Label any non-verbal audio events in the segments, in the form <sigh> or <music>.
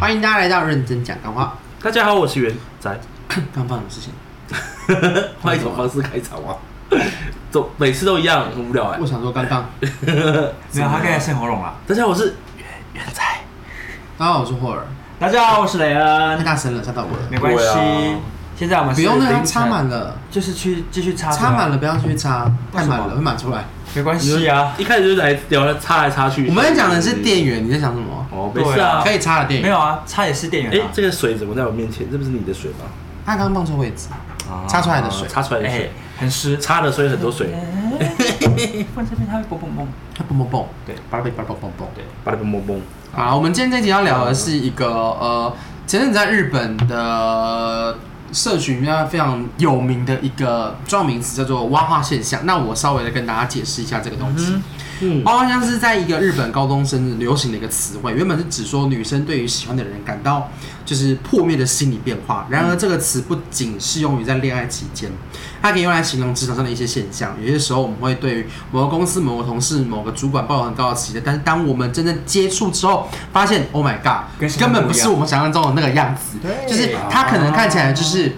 欢迎大家来到认真讲干话， <coughs> 大家好，我是元仔。刚放什么事情？换一种方式开场啊， <laughs> 总每次都一样，很无聊哎、我想说刚放。没有，他刚才生喉咙了。大家好，我是元元仔。大家好，我是霍尔，大家好，我是雷太恩。大声了，吓到我了。没关对系啊，现在我们不是用那凌样晨插满，了，就是去继续插插满了，了不要去插，太满为什了么会满出来。没关系啊。一开始就来聊插来插去。我们在讲的是店员，你在想什么？哦，没事啊。可以插的店没员。有啊，插也是店哎、员啊。这个水怎么在我面前？这不是你的水吗？他刚放错位置，插出来的水啊，插出来的哎水，，很湿。插的所以很多水，放这边它会蹦蹦蹦。他蹦蹦蹦，对，巴拉贝巴拉蹦蹦蹦。巴拉嘣嘣嘣。好，我们今天这集要聊的是一个呃，前阵子在日本的社群面非常有名的一个专有名词，叫做蛙化现象。那我稍微的跟大家解释一下这个东西。嗯蛙化现象是在一个日本高中生流行的一个词汇，原本是指说女生对于喜欢的人感到就是破灭的心理变化。然而，这个词不仅适用于在恋爱期间，它可以用来形容职场上的一些现象。有些时候，我们会对于某个公司、某个同事、某个主管抱有很高的期待，但是当我们真正接触之后，发现 Oh my God，跟想象根本不不一是样我们想象中的那个样子，对就是他可能看起来就是。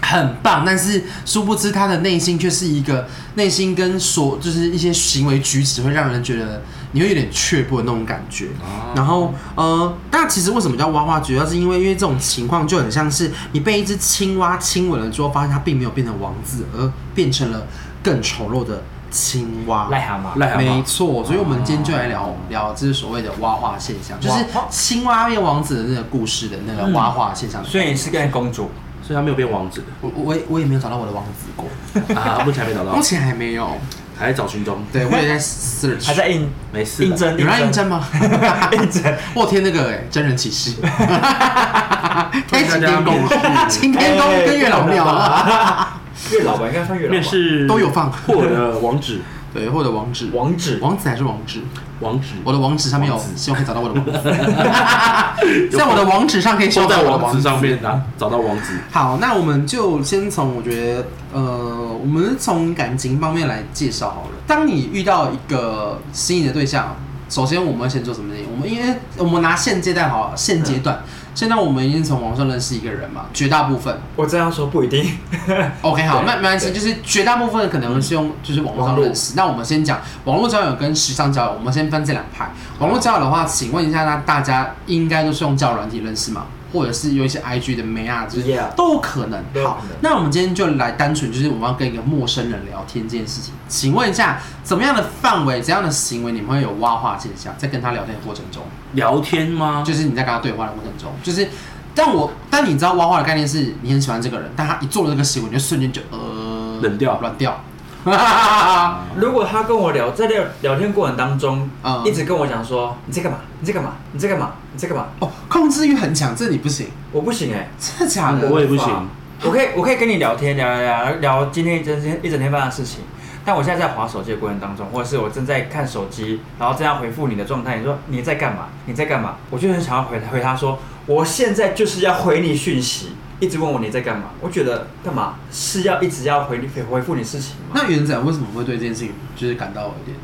很棒，但是殊不知他的内心却是一个内心跟所就是一些行为举止会让人觉得你会有点却步的那种感觉。啊然后呃，那其实为什么叫蛙化？主要是因为因为这种情况就很像是你被一只青蛙亲吻了之后，发现它并没有变成王子，而变成了更丑陋的青蛙。癞蛤蟆。癞蛤没蟆，错，所以我们今天就来聊聊，就是所谓的蛙化现象，就是蛙化青蛙变王子的那个故事的那个蛙化现象。嗯所以你是跟公主，所以他没有变王 <laughs> 子我我也我也没有找到我的王子过，啊，目前还没找到目，前还没有。还在找寻中。对，我也在 search，还在应没事的，应征，有人要应征吗？ <laughs> 应征。我贴那个哎、真人启事， <laughs> 开大晴家天宫面试，晴天宫跟月老庙啊，月老吧，应该算月老吧。面试都有放或我的 <laughs> 网址，对，或者网址，王子，王子还是王址，网址我的网址上面有，网址希望可以找到我的网址， <laughs> 在我的网址上可以都收到在我的网网址址上面啊，找到网址。好，那我们就先从我觉得，呃，我们从感情方面来介绍好了。当你遇到一个心仪的对象，首先我们会先做什么事情？我们因为我们拿现阶段好了，现阶段，现在我们已经从网上认识一个人嘛，绝大部分。我这样说不一定。 OK，好，对那没关系，对就是绝大部分可能是用就是网络上认识。那我们先讲网络交友跟时尚交友，我们先分这两派。网络交友的话，请问一下，那大家应该都是用交友软体认识吗？或者是有一些 IG 的妹啊，就是 Yeah 都有可能。都有好可能，那我们今天就来单纯就是我们要跟一个陌生人聊天这件事情，请问一下，怎么样的范围、怎样的行为你们会有挖话现象？在跟他聊天的过程中，聊天吗？就是你在跟他对话的过程中，就是，但我但你知道挖话的概念是你很喜欢这个人，但他一做了这个行为，你就瞬间就呃冷掉软掉。啊如果他跟我聊，在聊聊天过程当中嗯，一直跟我讲说你在干嘛，你在干嘛，你在干嘛，你在干嘛， <laughs> 哦，控制欲很强，这你不行， <laughs> 我不行哎。真的假的？我也不行。我可以，我可以跟你聊天，聊聊聊聊今天一整天一整天发生的事情。但我现在在划手机的过程当中，或者是我正在看手机，然后正要回复你的状态，你说你在干嘛？你在干嘛？我就很想要回回他说，我现在就是要回你讯息，一直问我你在干嘛？我觉得干嘛是要一直要回你回回复你事情吗？那元仔为什么会对这件事情就是感到有点？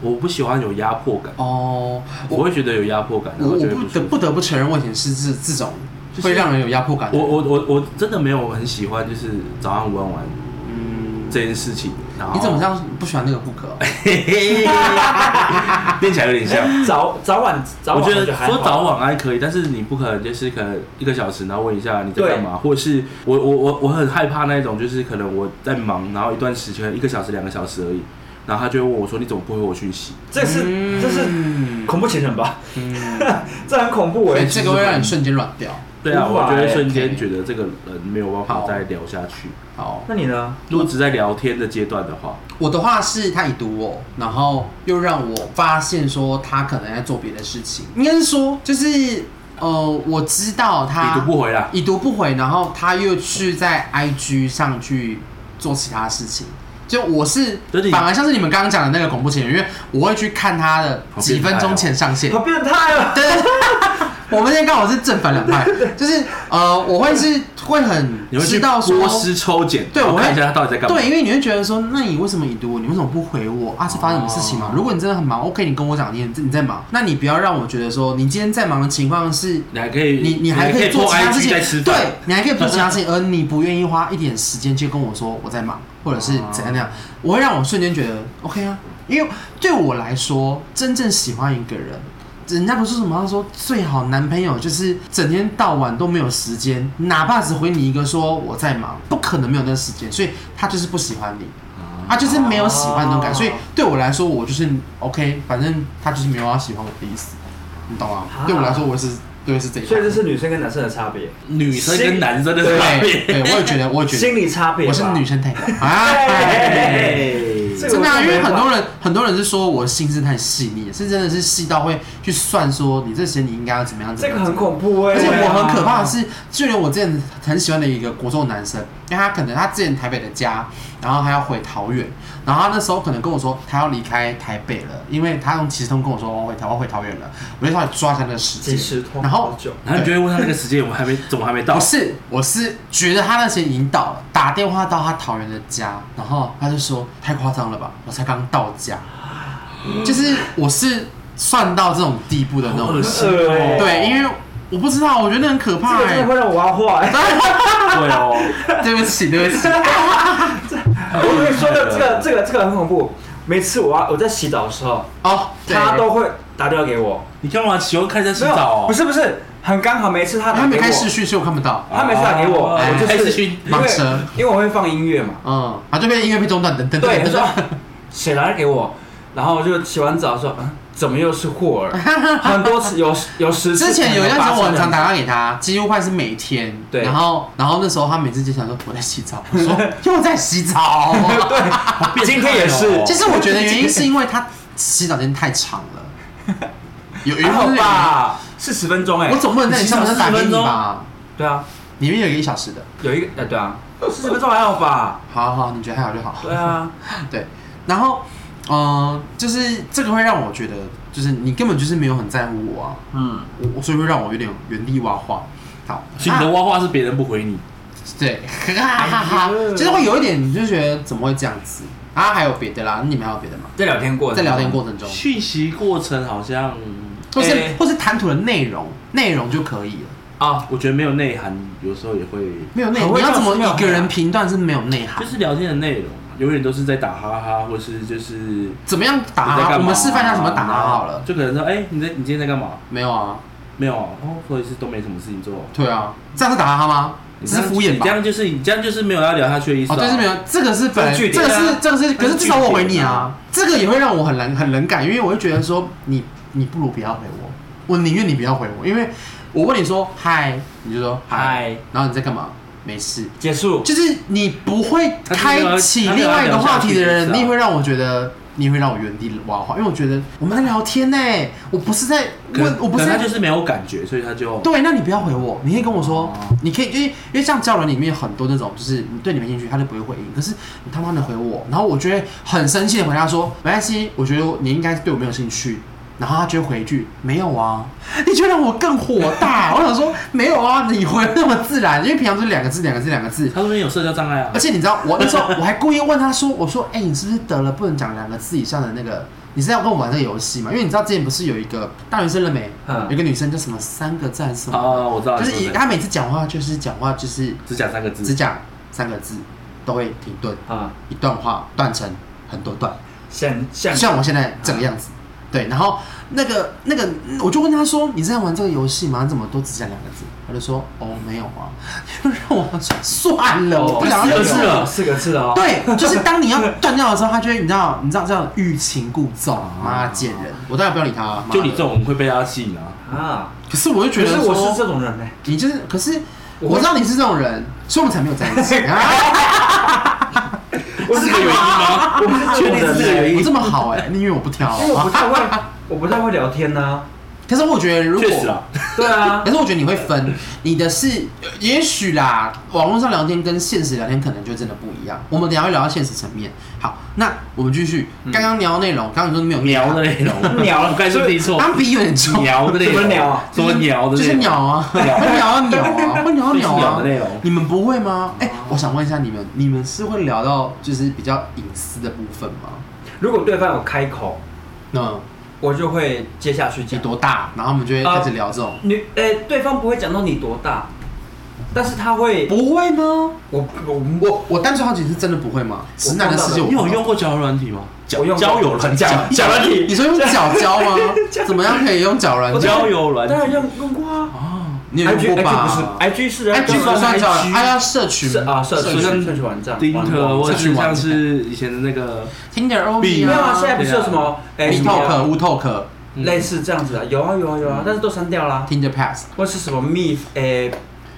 我不喜欢有压迫感，哦，我我会觉得有压迫感，然我后我觉得不得不舒服。不得不承认，我以前是这这种就是会让人有压迫感的我人。我我我真的没有很喜欢，就是早上玩玩嗯，这件事情。然后你怎么这？样不喜欢那个顾 <laughs> 客？嘿嘿念起来有点像。早早晚早我晚觉得还说好早晚安可以，但是你不可能就是可能一个小时，然后问一下你在干嘛，或者是我我我我很害怕那一种，就是可能我在忙，然后一段时间一个小时两个小时而已，然后他就会问我说你怎么不回我讯息？这是、嗯这是恐怖情人吧？ <laughs> 这很恐怖哎、对，这个会让你瞬间软掉。对啊，无我法觉得欸瞬可以间觉得这个人没有办法好再聊下去。好，那你呢？如果只在聊天的阶段的话，我的话是他已读我，然后又让我发现说他可能在做别的事情。应该是说，就是呃，我知道他已读不回啦，已读不回，然后他又去在 IG 上去做其他事情。就我是就是你反而像是你们刚刚讲的那个恐怖情人，因为我会去看他的好变态哦哦几分钟前上线。好变态啊！对， <laughs> 我们现在刚好是正反两派，就是呃，我会是会很你会知去道说波斯抽检，对然后我会看一下他到底在干嘛。对，因为你会觉得说，那你为什么已读我？你为什么不回我啊？是发生什么事情嘛？哦如果你真的很忙，OK，你跟我讲，你你在忙，那你不要让我觉得说，你今天在忙的情况是。你还可以，你你还可可以做其他 po 事 IG 在情，吃对饭，你还可以做其他事情，而你不愿意花一点时间去跟我说我在忙，或者是怎样那样，我会让我瞬间觉得 OK 啊，因为对我来说，真正喜欢一个人，人家不是什么说最好男朋友就是整天到晚都没有时间，哪怕只回你一个说我在忙，不可能没有那个时间，所以他就是不喜欢你。他就是没有喜欢那种感觉，所以对我来说，我就是 OK，反正他就是没有要喜欢我的意思，你懂吗？啊对我来说，我是对是这一所以派这是女生跟男生的差别，女生跟男生的差对，别。对，我也觉得，我也觉心得，理差别吧。我是女生太高哎啊。这个真的、啊，因为很我多没人很多人是说我心思太细腻，是真的是细到会去算说你这些你应该要怎么样，这怎么个样很恐怖哎、而且我很可怕的对是，啊，就连我之前很喜欢的一个国中男生，因为他可能他之前台北的家，然后他要回桃园，然后他那时候可能跟我说他要离开台北了，因为他用即时通跟我说我要回台我要回桃园了，我就稍微抓一下那个时即间，时通然后好久， <laughs> 然后你就会问他那个时间，我还没，怎么还没到 <laughs> 不？是，我是觉得他那些已经到了，打电话到他桃园的家，然后他就说太夸张了吧，我才刚到家，就是我是算到这种地步的那好种恶人，心哦！对，因为我不知道，我觉得很可这怕、个真的欸会。让我要画、哎对哦，对不起，对不起，哎我跟你说的这个这个这个很恐怖。每次我要我在洗澡的时候，哦，对他都会打电话给我，你干嘛喜欢看人家洗没有澡哦？不是不是，很刚好，每次他打他没给开视我，讯，所以我看不到。他每次打给我，哦我就开视是讯因为盲蛇因为我会放音 <laughs> 乐嘛，嗯，啊，这边音乐被中断，等等等对，他等说等，谁来给我，然后我就洗完澡说，嗯怎么又是霍 <laughs> 尔？很多次有有十 <laughs> 次，之前有一一段时间我很常打电话给他，几乎快是每天。对然后然后那时候他每次就想说我在洗澡，我说 <laughs> 又在洗澡。 <laughs> 变态哦今天也是其实我觉得原因是因为他洗澡时间太长了， <laughs> 有有一还部好分是吧，四十分钟哎、我总不能在你上班打给你吧？对啊，里面有一个一小时的，有一个哎、对啊，四十分钟还好吧？好好，你觉得还好就好。对啊，对，然后，嗯、就是这个会让我觉得，就是你根本就是没有很在乎我啊，嗯，我我所以会让我有点原地挖话。好，所以你的啊、挖话是别人不回你，对，哈哈哎哈，就是会有一点，你就觉得怎么会这样子啊？还有别的啦，你们还有别的吗？在聊天过程在中聊天过程中，哎讯息过程好像，或是、诶或是谈吐的内容，内容就可以了。啊，我觉得没有内涵，有时候也会，没有内容，很你会要造怎么成内一涵个人评断是没有内涵就？是聊天的内容，永远都是在打哈哈，或是就是怎么样打你在啊、干嘛我们示范一下怎么打啊好了。就可能说，哎、你在你今天在干嘛？没有啊，没有啊，哦，或者是都没什么事情做。对啊，这样是打哈吗？你这这是样敷衍你吧这？样就是你这样就是没有要聊下去的意思、哦，啊。对，是没有，这个是本来，这是据这点个啊是这个是，可是这是至少我回你据点啊啊，这个也会让我很冷很冷感，因为我会觉得说你你不如不要回我，我宁愿你不要回我，因为我问你说嗨，你就说嗨嗨，然后你在干嘛？没事，结束，就是你不会他就是要开启他就是另要外一个聊下话去题的的意人，思啊你会让我觉得。你会让我原地挖话，因为我觉得我们在聊天呢、我不是在问，可能我不是可在能他就是没有感觉，所以他就对，那你不要回我，你可以跟我说哦，你可以，因为因为像交友软件里面有很多那种，就是你对你没兴趣，他就不会回应。可是你他妈的回我，然后我就会很生气的回他说，没关系，我觉得你应该对我没有兴趣。然后他就会回一句没有啊，你就让我更火大。我想说没有啊，你回得那么自然，因为平常就是两个字两个字两个字。他说你有社交障碍 <laughs> 啊而。且你知道，我那时候我还故意问他说：“我 <laughs> 说，哎、你是不是得了不能讲两个字以上的那个？你是要跟我玩这个游戏吗？因为你知道之前不是有一个大学生了没？嗯有一个女生叫什么三个字还是什么？哦，我知道就你是说一谁，他每次讲话就是讲话就是只讲三个字，只讲三个字，都会停顿，啊，一段话断成很多段，嗯像像像我现在这个样子。对，然后那个那个，嗯我就问他说：“你在玩这个游戏吗？你怎么都只讲两个字？”他就说：“哦，没有啊。”就让我说算了，我不想要认识四个字了。了四个字哦，对，就是当你要断掉的时候，他就会你知道，你知道这样欲擒故纵，妈贱人！我当然不要理他啊，妈就你的这。种人会被他吸引啊。啊，可是我就觉可得是说，我是这种人哎、你就是，可是我我知道你是这种人，所以我们才没有在一起。啊我是这个原因吗？我不是这种人、确定是这个原因，因欸我这么好哎、因为我不挑、因为我不啊，太会，我不太会聊天呐、可是我觉得如果确实 <laughs> 啊，对啊可，是我觉得你会分，你的是也许啦，网络上聊天跟现实聊天可能就真的不一样。我们等一下会聊到现实层面。好，那我们继续，刚刚聊的内容，刚刚你说没有鸟的内容， <laughs> 鸟我刚才是不是提错？刚比有点重，鸟的内容，什么鸟啊什么鸟的就内是容？鸟啊，会聊啊鸟啊，会聊啊鸟鸟啊的。内容。你们不会吗？哎、我想问一下你们，你们是会聊到就是比较隐私的部分吗？如果对方有开口，那我就会接下去你讲。多大？然后我们就会开始聊这种，你呃，对方不会讲到你多大，但是他会，不会吗？我呃我我我单纯好奇是真的不会吗？直男的世界我你不有懂用过交友软体吗？交我用过交友软脚体，脚软体，你说用脚胶吗？怎么样可以用脚软体？交友软当然体用用过啊。啊，你有用过吧 IG 不是 IG 是啊？IG 不算脚，它要社群是啊，社群社群社群网站。丁特，或者社是群网像站是以前的那个 Tinder、必 Only 没有啊，啊现在不是有什么哎，B 什么 Talk、U Talk、嗯类似这样子的，有啊有啊嗯有啊，但是都删掉啦。 Tinder Pass、或是什么蜜诶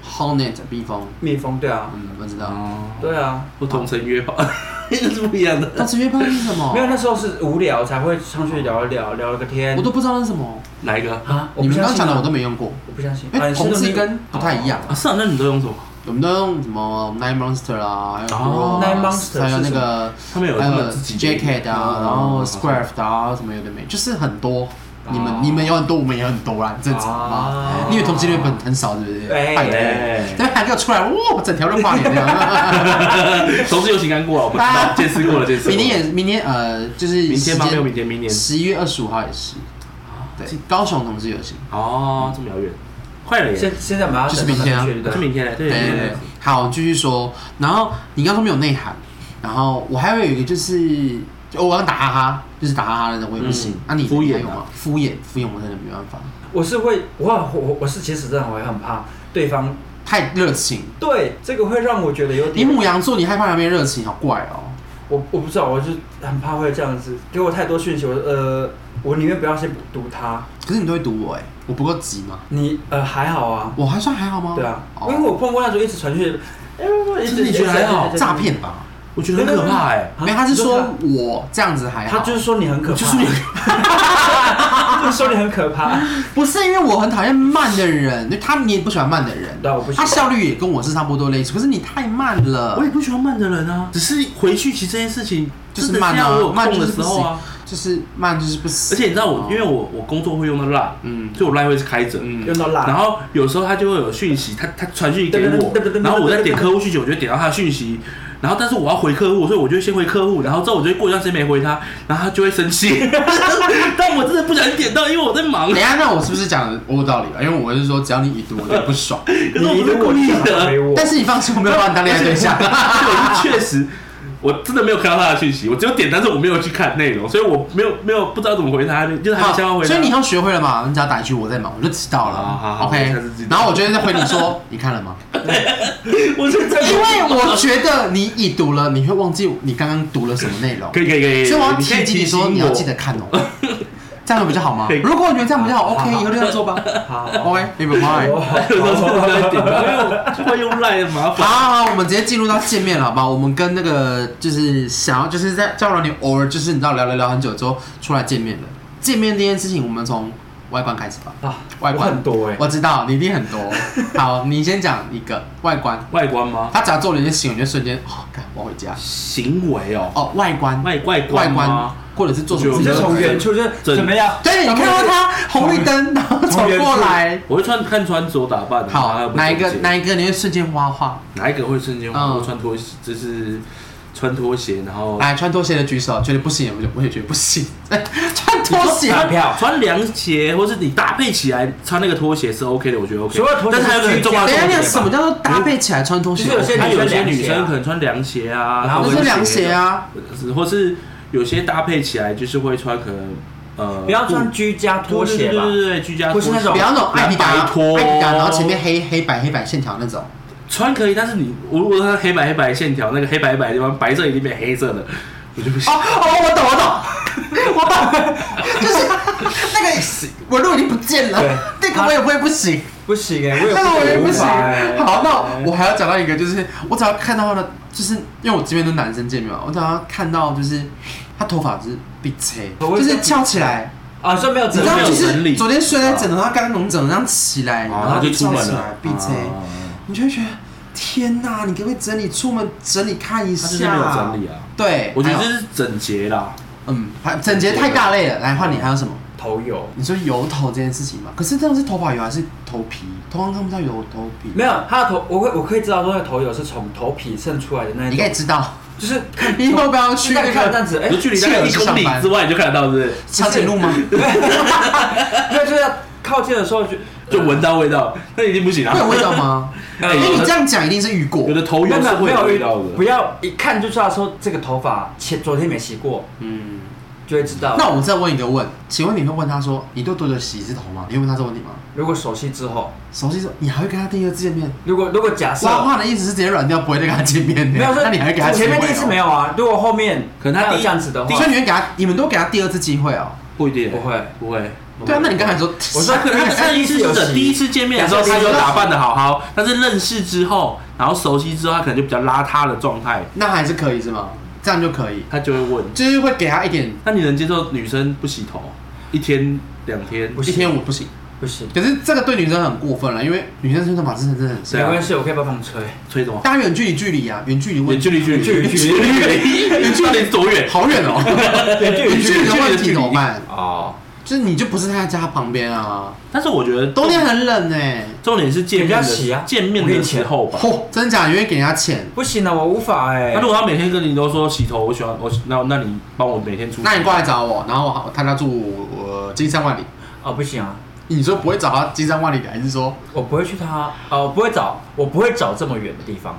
Hornet、蜜蜂，蜜蜂，对啊，嗯，不知道。哦，对啊，不同城约 <laughs> 炮，那是不一样的。但是约炮是什么没？有那时候是无聊才会上去聊一聊聊了个天。我都不知道那是什么。哪一个啊？啊，我你们不相刚刚信讲的啊我都没用过，我不相信。因为红字跟不太一样。是啊，那你都用什么？我们都用什么 Nine Monster 啊，还有哦 Grow 啊 Nine Monster 还有那是什个他们有还他有们自己的 Jacket 啊，然后 Square 的啊，什么有的没，就是很多。你们哦你们有很多，我们也很多啦，很正常嘛哦。你以为同性恋本很少是不是？哎拜托啊哎这还给我出来，哇，整条都跨年这样。 <laughs> 同志有情感过了，啊我们知 <laughs> 道见识过了，见识过明了。天也，明天呃，就是明天吗？没有明天，明年。啊十一月二十五号也是。对，高雄同志游行，哦，这么遥远，快了耶！现现在马上就是明天啊去是明天嘞，对对对明天对嘞，好，继续说。然后你刚说没有内涵，然后我还有一个就是，就我刚打哈哈，就是打哈哈那种，我也不行嗯。那、你敷衍啊还有吗？敷衍，敷衍，我真的没办法，我是会，我我我是其实真的我也很怕对方，太热情。对这个会让我觉得有你点，母羊座，你害怕人没热情，好怪哦、我我不知道，我就很怕会这样子，给我太多讯息，我呃，我宁愿不要先读他，可是你都会堵我哎、我不够急吗？你呃还好啊，我还算还好吗？对啊，哦因为我碰过那种一直传讯，哎，一直你觉得还好一直诈骗吧？我觉得很可怕哎。啊没有，他是你说我这样子还好，他就是说你很可怕，就是你就是说你很可怕， <laughs> 不是因为我很讨厌慢的人，他你也不喜欢慢的人，对啊我不喜他欢效率也跟我是差不多类似，可是你太慢了我，也不喜欢慢的人啊，只是回去其实这件事情就是真的慢要啊我有，慢空就的是时不候行啊。，就是慢就是不行。哦而且你知道我，因为我我工作会用到 line，嗯所以我 line 会是开着，嗯用到辣，然后有时候他就会有讯息，他他传讯息给我对对对对对，对然后我在点客户讯息，我就点到他的讯息，然后但是我要回客户，所以我就先回客户，然后之后我就过一段时间没回他，然后他就会生气。但我真的不小心点到，因为我在忙等一，下，那我是不是讲的我有道理啊了？因为我是说，只要你已读，我就不 <laughs> 爽。可是我不是故意的，我但是你放心，我没有把你当恋爱对象。我是确实。我真的没有看到他的讯息，我只有点，但是我没有去看内容，所以我没有没有不知道怎么回他，就是 <laughs> 还好没想要回他。所以你以后学会了嘛？你只要打一句我在忙，我就知道了。好好好我 OK 下次记。得然后我就会再回你说，你看了 <laughs> 吗？我是真的因为我觉得你已读了，你会忘记你刚刚读了什么内容。可以可以可以，所以我要你可提醒以提你醒说，我你要记得看 <laughs> 哦。这样会比较好吗可以？如果你觉得这样比较好，OK，以后就这样做吧。好， <laughs> OK，never mind。有时候真的会点到，因为我就会用赖麻 <laughs> 好烦。好，好我们直接进入到见面了，好吧？我们跟那个就是想要就是在交流你偶尔就是你知道聊聊聊很久之后出来见面的。见面这件事情，我们从外观开始 <laughs> 吧。啊，外我观很欸多哎，我知道你一定很多。好，你先讲一个外观。外观吗？他只要做了一件行为，你就瞬间哦，干我要回家。行为哦，哦，外观，外外外观观吗？，或者是做什么我事你觉情得就都从可以？远处就是整怎么样？对，你看到他红绿灯，然后走过来。我会穿看穿着打扮啊，还有好，不哪一个整洁哪一个你会瞬间挖话？哪一个会瞬间嗯啊我穿拖鞋，就是穿拖鞋，然后来，哎穿拖鞋的举手，觉得不行，我就我也觉得不行。 <laughs> 穿拖鞋，打票穿凉鞋，或是你搭配起来穿那个拖鞋是 OK 的，我觉得 OK。所有拖鞋但是还有一个很重要等一的下，重那点个什么吧，叫做搭配起来穿拖鞋？就是有些它有些女女生生可能穿凉鞋啊，然后那或是者凉鞋，啊，或是有些搭配起来就是会穿可能呃，不要穿居家拖鞋吧对，对对对，居家啊不是拖那鞋种不要那种艾迪达、蓝白拖艾迪达，然后前面黑黑白黑白线条那 <laughs> 种。穿可以，但是你我如果穿黑白黑白线条，那个黑白黑白的地方白色已经变黑色的，我就不行。哦哦，我懂，我懂，我懂，就是那个纹路已经不见了对，那个我也不会不行。不行哎，我也那个我也不无行法哎。好，那我还要讲到一个，就是我只要看到他的，就是因为我这边都男生见面嘛，我只要看到就是他头发是被切，我会就是翘起来，啊，所以没有整你知道，没有就整是理昨天睡在枕头，他刚从枕头上起来，然然后后啊哦就出门哦起了来，，闭嘴，啊你就会觉得天哪，你可不可以整理出门整理看一他下？就是没有整理啊。对，我觉得还这有是整洁啦，嗯，还整洁太大类了。来换你，还有什么？头油。你说油头这件事情嘛？可是这种是头发油还是头皮？通常看不到油头皮，没有，他的头，我会我可以知道说那个头油是从头皮渗出来的那一你可以种，知 <laughs> 道。就是看你要不要去大概那看个这样子，哎你，距离大概一公里之外你就看得到，是不是？长颈鹿 <laughs> 吗？没有， <laughs> 就是要靠近的时候就就闻到味道，那已经不行了会。有味道 <laughs> 吗？哎哎，你有这的样讲一定是雨果有。的头没油有是没会有有味道不的。要一看就知道说这个头发前昨天没洗过，嗯，就会知道。那我再问一个问，请问你会问他说你都多久洗一次头吗？你会问他这个问题吗？如果熟悉之后，熟悉说你还会跟他第二次见面？如果如果假设挖话的意思是直接软掉，不会再跟他见面的。啊没有说，那你还会给他前面机第会一哦次没，有啊，如果后面可能他还有第一这样子的话，所以你会给他，你们都给他第二次机会哦。不一定，不会不会。不会对啊，那你刚才说，我说他可能他的意思是指第一次见面的时候他有打扮的好好，但是认识之后，然后熟悉之后，他可能就比较邋遢的状态， <laughs> 那还是可以是吗？这样就可以，他就会问：就是会给他一点，那你能接受女生不洗头一天两天不？一行天我不行。不行，可是这个对女生很过分了，啊因为女生吹头发真的真的很对深啊没关系，我可以帮忙吹。吹什么？大家远距离距离啊，远距离问远距离距离距离距离远距离多 <laughs> 远？好远 <laughs> 哦，对，就远距离的问题怎么办？哦， <laughs> 就是你就不是在他家旁边啊，但是我觉得冬天很冷哎，重点是见面给人家洗的啊见面的时候吧。嚯，真的假的？因为给人家钱，不行啊，我无法哎、那如果他每天跟你都说洗头，我喜欢我，那那你帮我每天出去，那你过来找我，然后我好他家住我金山万里。哦，不行啊，你说不会找他金山万里的，还是说我不会去他，哦，我不会找，我不会找这么远的地方。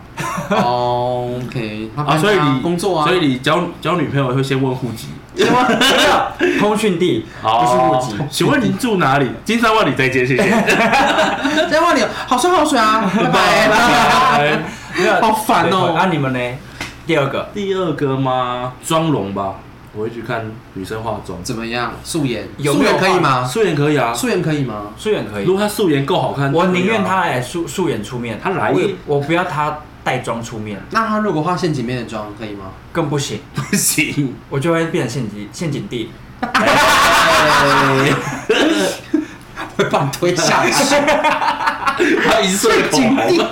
<laughs> ？OK，啊，所以你工作啊，所以你交交女朋友会先问户籍，什么？通讯地不是户籍，哦请问您住哪里？金山万里再见，谢谢。金山万里好山好水啊，拜拜。哦没有好烦哦那、啊、你们呢？第二个，第二个吗？妆容吧，我会去看女生化妆，怎么样？素颜，有素没有颜可以吗？素颜可以啊。素颜可以吗？素颜可如以，果她素颜够好看，我宁愿可以啊他来素素颜出面，他来我也我不要他带妆出面，那他如果化陷阱面的妆可以吗？更不行，不行。我就会变成陷阱陷阱地。哎会把你推下去，他一岁口紧红盯， <laughs>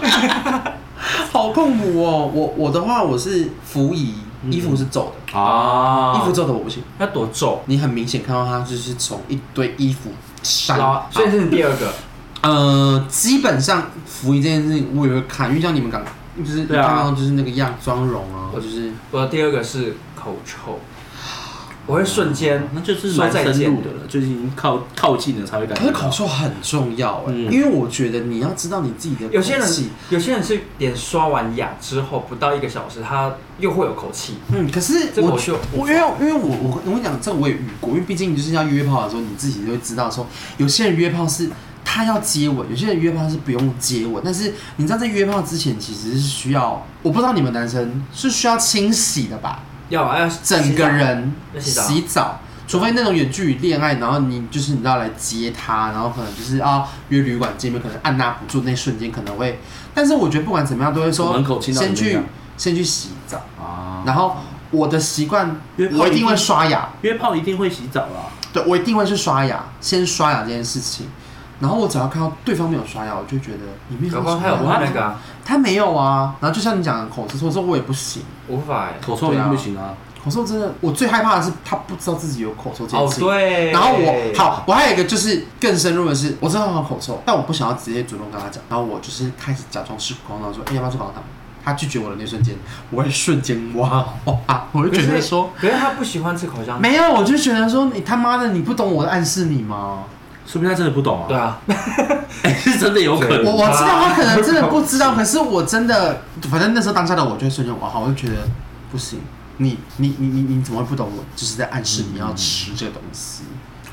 <laughs> 好痛苦哦。我我的话，我是服仪，衣服是皱的，啊，衣服皱的我不行。要多皱，你很明显看到他就是从一堆衣服删然后所以是你第二个，呃，基本上服仪这件事情我也会看，因为像你们刚就是一对啊看到就是那个样妆容啊，我就是我的第二个是口臭，我会瞬间那就是蛮说再深见入的了，就是已经靠靠近了才会感觉可是到。口臭很重要哎、嗯因为我觉得你要知道你自己的口气有些人有些人是脸刷完牙之后不到一个小时，他又会有口气。嗯，可是这个我我就我因为因为我我我跟你讲，这个我也遇过，因为毕竟就是要约炮的时候，你自己就会知道说，有些人约炮是他要接吻，有些人约炮是不用接吻，但是你知道在约炮之前其实是需要，我不知道你们男生是需要清洗的吧？要啊要整个人要洗澡洗澡，除非那种远距离恋爱，然后你就是你知道来接他，然后可能就是啊约旅馆见面，可能按捺不住那瞬间可能会，但是我觉得不管怎么样都会我说门口亲到先你那去样先去洗澡，啊，然后我的习惯约炮我一一定定会刷牙，约炮一定会洗澡啊啦。对我一定会去刷牙，先刷牙这件事情。然后我只要看到对方没有刷牙，我就觉得你没有搞刷不好牙，他有问那个、啊，他没有啊。然后就像你讲的口吃错，说我也不行。无法哎、口臭一定不行啊！口臭真的，我最害怕的是他不知道自己有口臭这件哦事，情。对。然后我好，我还有一个就是更深入的是，我知道他有口臭，但我不想要直接主动跟他讲，然后我就是开始假装吃苦光糖，说哎、要不要吃口糖？他拒绝我的那瞬间，我会瞬间哇哇， <laughs> 我就可觉是，得说可是他不喜欢吃口香糖。没有，我就觉得说你他妈的你不懂我的暗示你 <laughs> 吗？说不定他真的不懂对啊，啊， <laughs> 哎，是真的有可我欸能。我知道他可能真的不知道，可是我真的，反正那时候当下的我就会瞬间哇好，我就觉得不行，你你你你你怎么会不懂我？就是在暗示你要吃这个东西，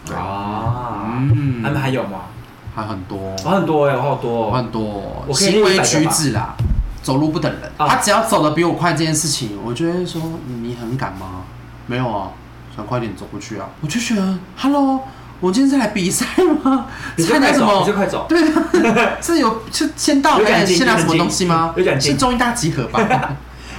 对啊，嗯他们还有吗？还很多。我很多哎、我好多、我哦。很多我可以行为列一百个举吧止啦，走路不等人。啊他只要走的比我快这件事情，我就会说嗯你很赶吗？没有啊，想快点走过去啊。我就觉得，Hello，我今天是来比赛吗？你是就参加什快走，你就么？快走。对 <laughs> 啊，是有是签到有还奖是金签到什么有奖金东西吗有奖？金 <laughs> 是中医大集合吧？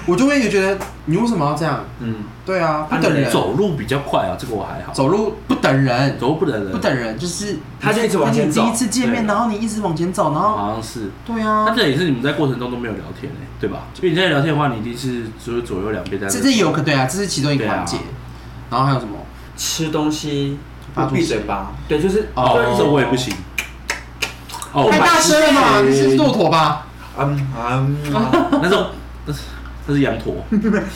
我就会觉得你为什么要这样？嗯，对啊，不等人，走路比较快啊，这个我还好，走路不等人，走路不等人，不等人，就是他就一直往前走你第一次见面，对然后你一直往前走，然后好像是。对那啊，这也是你们在过程中都没有聊天哎、对吧？因为你在聊天的话，你一定是只有左右两边在这这有可对啊，这是其中一个环节对啊。然后还有什么？吃东西发不出闭声嘴巴，对，就是哦哦，这我也不行。哦，太大声了嘛！白你痴是骆驼吧？嗯 <laughs> 嗯，啊那是那是那是羊驼，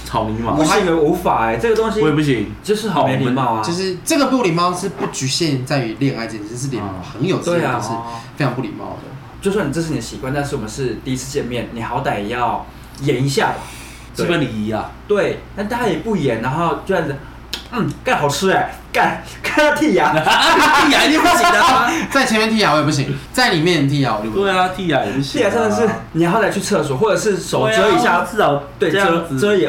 草泥马我，还以为无法哎，这个东西我也不行。就是好没礼貌啊，就是这个不礼貌是不局限在于恋爱这件事，是连嗯朋友之间对啊都是非常不礼貌的。就算你这是你的习惯，但是我们是第一次见面，你好歹也要演一下吧。 <laughs> 基本礼仪啊，对，但大家也不演，然后就这样子，嗯，干好吃哎，干 <laughs> 干剔牙，剔牙一定不行的啊。在前面剔牙我也不行，在里面剔牙我就不对行。啊，剔牙也不剔行啊。牙真的是，你好歹去厕所，或者是手对啊遮一下，至少对，这遮样子遮也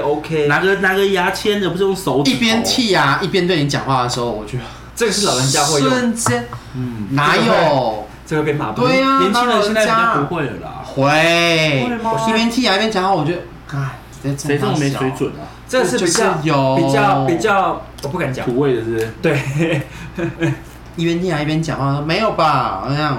啊 OK。拿个拿个牙签的，不是用手指一头边，剔牙一边对你讲话的时候，我觉得这个是老人家会用，瞬间嗯，哪有？这个被骂爆。对啊年轻人现在老人比较家不会了啦。会会吗，一边剔牙一边讲话，我觉得，哎，在谁这么没水？准啊？这是比较就是有比较比较，我不敢讲。土味的是不是？对， <laughs> 一边剔啊牙一边讲话，没有吧？那样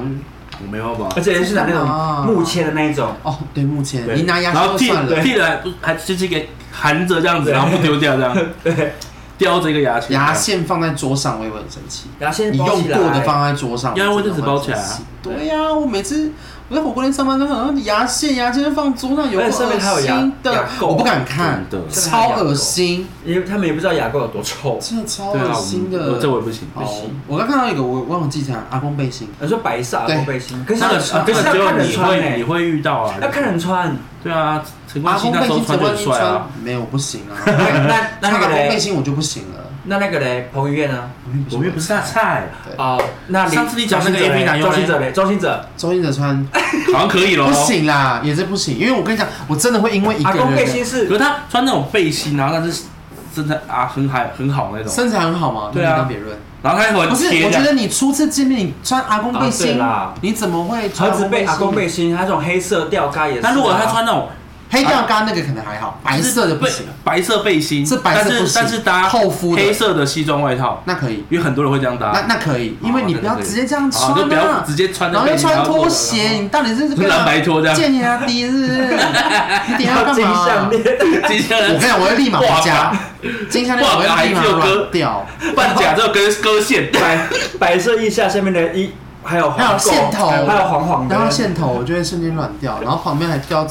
我没办法而。且是拿那种木切的那一种，哦，对，目前对你拿牙然刷后就剃算了，剃了，还直接给含着这样子，对然后不丢掉这样， <laughs> 对，叼着一个牙签。牙线放在桌上，我也会很生气。然后先你包用起来过的放在桌上，要用我真的卫生纸包会起来啊生气对呀、我每次我在火锅店上班都好像牙线、牙签放桌上有而且上面还有恶牙心牙的，垢我不敢看，真的超恶心，因为他们也不知道牙垢有多臭。真的超对啊，恶我心我的。这我也不行。好不行，我刚看到一个，我忘记讲阿公背心，你说白色对啊，背心，可是那个啊啊，可那是个要只有看人你穿会你欸，会遇到啊。要看人 <laughs> 穿。对啊，陈冠阿希公那背时候心穿陈的冠很希帅穿啊。没有不行啊， <laughs> 那那穿那阿个公背嘞，心我就不行了，那那个嘞，彭于晏呢？我们又不是大菜，啊，那上次你讲那个 AV 男优嘞周星哲嘞，周星哲，周星哲 <laughs> 穿好像可以咯。不，行啦，也是不行，因为我跟你讲，我真的会因为一个阿公背人心的可是是他穿那种背心，然后他是身材啊很还很好那种，身材很好嘛，对啊当别论。然后他还不很是，贴我觉的。得你初次见面你穿阿公背啊对心，啦你怎么会穿盒子背阿公背心，他这种黑色吊嘎也是啊。那如果他 <laughs> 穿那种黑吊嘎那个可能还好，白色啊的不行背，白色背心，是白色但不是行但是搭厚敷的黑色的西装外套，那可以，因为很多人会这样搭。那那可以，好因为你那不要可以直接这样穿啊就不要啊直。接穿那然后个又你要穿露拖的鞋，你到底是是蓝白拖这样见你啊低是不 <laughs> 是？你等一下要要干金嘛项啊？链，金项我跟你链讲，我会立马回 <laughs> 家哇。金项链我会立马软掉，半甲之后跟 <laughs> 割线，白 <laughs> 白色腋下下面的衣，还有还有黄垢线头还有黄黄的，然后线头我就会瞬间软掉，然后旁边还掉，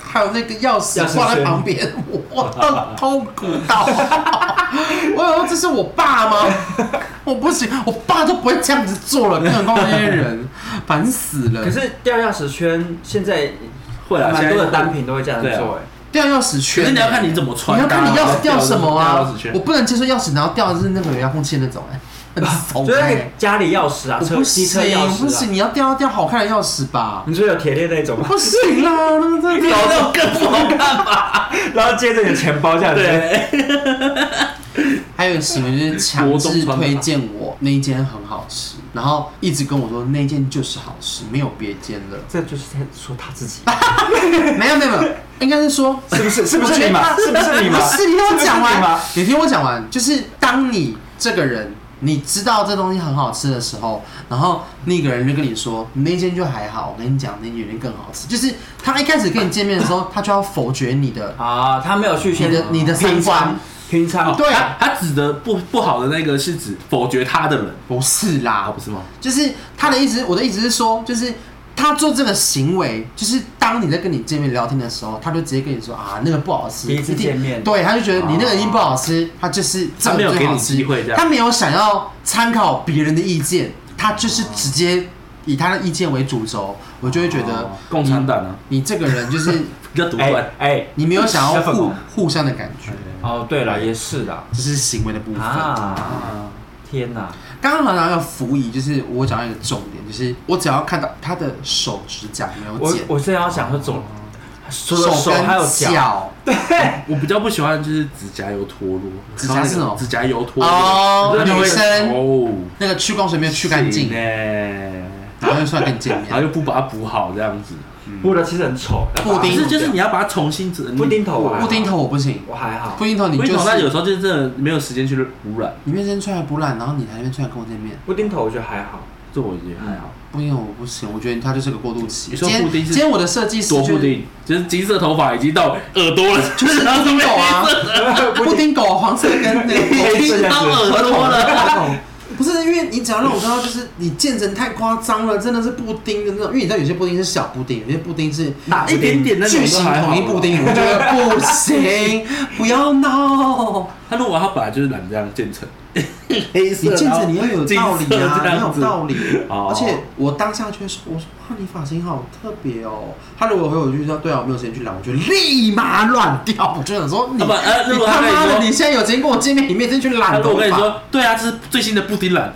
还有那个钥匙钥匙挂在圈旁边，我到痛苦到， <laughs> 我有时候这是我爸吗？ <laughs> 我不行，我爸都不会这样子做了，更何况那些人，烦死了。可是掉钥匙圈现在呃会啊，蛮现多在的单品都会这样对啊做，哎，掉钥匙圈，欸可是你要看你怎么穿你要看你钥匙掉掉什么啊钥匙？圈我不能接受钥匙然后掉的是那个有遥控器的那种、 <laughs> 哎，很怂、就哎是家里钥匙啊，我车不机车行，钥我不匙啊行，，你要掉要掉好看的钥匙吧？ <laughs> 你说有铁链那种吗？不行啦，那个 <laughs> 真的搞到更不好看吧？ <laughs> 然后接着你的钱包这样子，。对，还有一个行为就是强制推荐我那一间很好吃，然后一直跟我说那一间就是好吃，没有别间了这就是在说他自己，没有没有没有，应该是说 <laughs> 是不是？是不我觉是得你嘛？他是不 <laughs> 是 <laughs> 你嘛？不是，你听我讲是不是你完嘛，你听我讲完，就是当你这个人你知道这东西很好吃的时候，然后那个人就跟你说那间就还好，我跟你讲那间有点更好吃，就是他一开始跟你见面的时候，他就要否决你的啊，他没有去你先的你的三平观常，平常对哦他他指的不不好的那个是指否决他的人不是啦啊，，不是吗？就是他的意思，我的意思是说，就是他做这个行为，就是当你在跟你见面聊天的时候，他就直接跟你说啊，那个不好吃，第一次定见面对，他就觉得你那个一定不好吃，他就是这个他没有最好给你机会这吃，样他没有想要参考别人的意见，他就是直接以他的意见为主轴，我就会觉得哦共产党啊，你这个人就是比较独哎断。哎，你没有想 <laughs> 要小粉互红互相的感觉，哦，对了，也是啦，这是行为的部分。啊，哎啊，天哪，刚刚好像要服仪，就是我讲到一个重点，就是我只要看到他的手指甲没有我剪，我正要想说走，除了手手还有跟脚，脚哎我比较不喜欢就是指甲油脱落，指甲是什么然后那个指甲油脱落，哦，你女会生哦，那个去光水没有去干净不行，欸然后又出来跟你见然后面，又不把它补好这样子，布的其实很丑，要把布不丁是就是你要把它重新整布丁头啊布丁头我不行，我还好布，丁头你布就丁头那有是时候就是真的没有时间去污染，你面先出来补懒，然后你还面出来跟我见面，布丁头我觉得还好，这我也哎还好。布丁头我不行，我觉得他就是个过渡期。你今说天布丁是今天我的设计师多就布是丁就是金色头发已经到耳朵了，就是然后布这丁边狗啊，布丁狗黄色跟那 <laughs> 个狗黑 <laughs> 色丁的到耳 <laughs> 朵了。不是因为你只要让我看到，就是你见人太夸张了，真的是布丁的那种。因为你知道有些布丁是小布丁，有些布丁是打一点点那种巨都型还好统一布。丁，我觉得不 <laughs> 行，不要闹。他如果他本来就是染这样建成，黑色，你见然着后你要有金道理色啊，这你要样有子道理。哦而且我当下就会说，我说哇，你发型好特别哦。他如果回我一句说，对啊，我没有时间去染，我就立马乱掉。我就想说，你啊不呃你如果他他跟你妈的，说你现在有时间跟我见面，你没有时间去他染如头果跟你发。说，对啊，这是最新的布 <laughs> 丁染，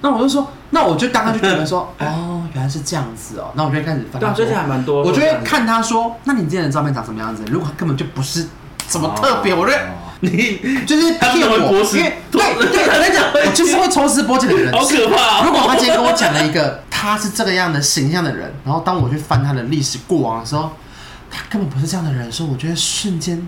那我就说，那我就当他就觉得说， <laughs> 哦，原来是这样子哦。那我就会开始翻对他啊，说最近还蛮多，我就会，看他说，那你今天的照片长什么样子？如果他根本就不是什么特别，我就会你就是骗我，哦他们会剥丝因为对对，我跟你讲，我就是会抽丝剥茧的人。 <laughs> 好可 <laughs> 怕哦如果他今天跟我讲了一个他是这个样的形象的人，然后当我去翻他的历史过往的时候，他根本不是这样的人的时候，我觉得瞬间，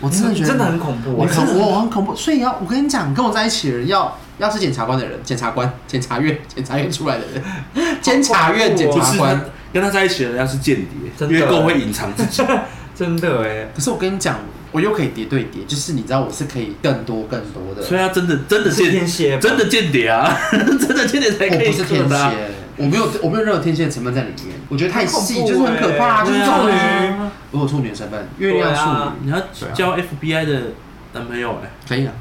我真的觉得真的很恐怖我啊，很我很恐怖。所以要我跟你讲，跟我在一起的人要要是检察官的人，检察官、检察院、检察院出来的人，监察院、检 <laughs> 不察是官他。跟他在一起的人要是间谍，真的因为够会隐藏自己。 <laughs> <laughs> 真的哎，可是我跟你讲，我又可以叠对叠，就是你知道我是可以更多更多的。所以他真的真的是天蝎间吧真的间谍啊， <laughs> 真的间谍才我哎可以不是天克他蝎，我没有我没有任何天蝎的成分在里面，我觉得太细就是很可怕，欸就是对啊处对女啊，我有处女的成分，月亮处对啊女你要对啊交 FBI 的男朋友哎、可以啊，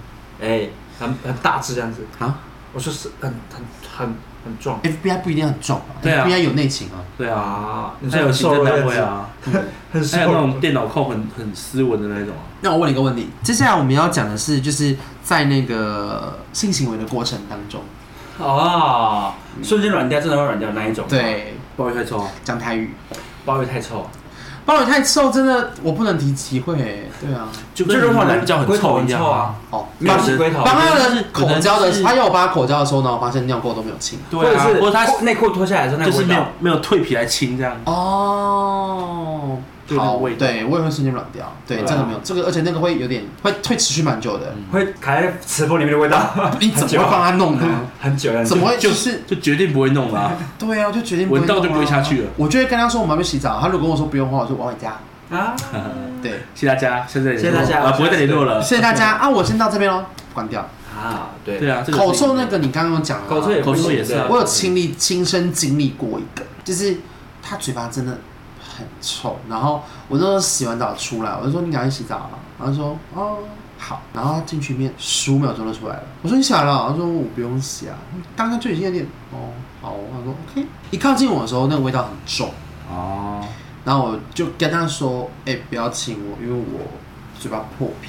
哎，很很大只这样子，好我说是很很很很壮，FBI 不一定很壮吧对啊，FBI 有内情啊，对啊，啊，你还说有很行瘦政弱单位的样啊，子，很瘦还有那种弱，电脑控很很斯文的那种啊。 <laughs> 那我问你一个问题，接下来我们要讲的是，就是在那个性行为的过程当中，啊哦，瞬间软掉，真的会软掉那一种，，对，不好意思，太臭啊。讲台语，包也太臭，包伟太瘦，真的我不能提体会、欸，对啊，就就跟是我换男叫很臭一样臭啊，，哦，尿是龟头，帮他有的的是口交有的的，是他要我把他口交的时候，然后发现尿垢都没有清，对啊，或者是或者他内裤脱下来的时候，那就是个味没有道，没有蜕皮来清这样。哦，就那个味道对我也会瞬间软掉，对，对啊嗯这个没有，这个而且那个会有点会会持续蛮久的，会卡在磁缝里面的味道，啊你怎么会帮他弄 <laughs> 呢？很久了，怎么会就就是就决定不会弄啦、 <laughs> 对啊，我就决定闻到就不会下弄啊去了我就会跟他说我们要去洗澡，他如果跟我说不用的话，我说我要回家。啊？ <laughs> 对，谢谢大家，现在谢谢大家啊，不会再联络了。谢谢大家啊，我先到这边喽，关掉。啊，对对，啊，这个口是臭那个你刚刚有讲了啊，口臭也不口臭行也是啊我有亲历亲身经历过一个，就是他嘴巴真的很臭，然后我那时候洗完澡出来，我就说你赶快洗澡啊，然后他说哦好，然后他进去面十五秒钟就出来了，我说你洗完了，啊他说我不用洗啊，刚刚就已经有点哦好哦，他说 OK，一靠近我的时候那个味道很重，哦，然后我就跟他说哎、不要亲我，因为我嘴巴破皮，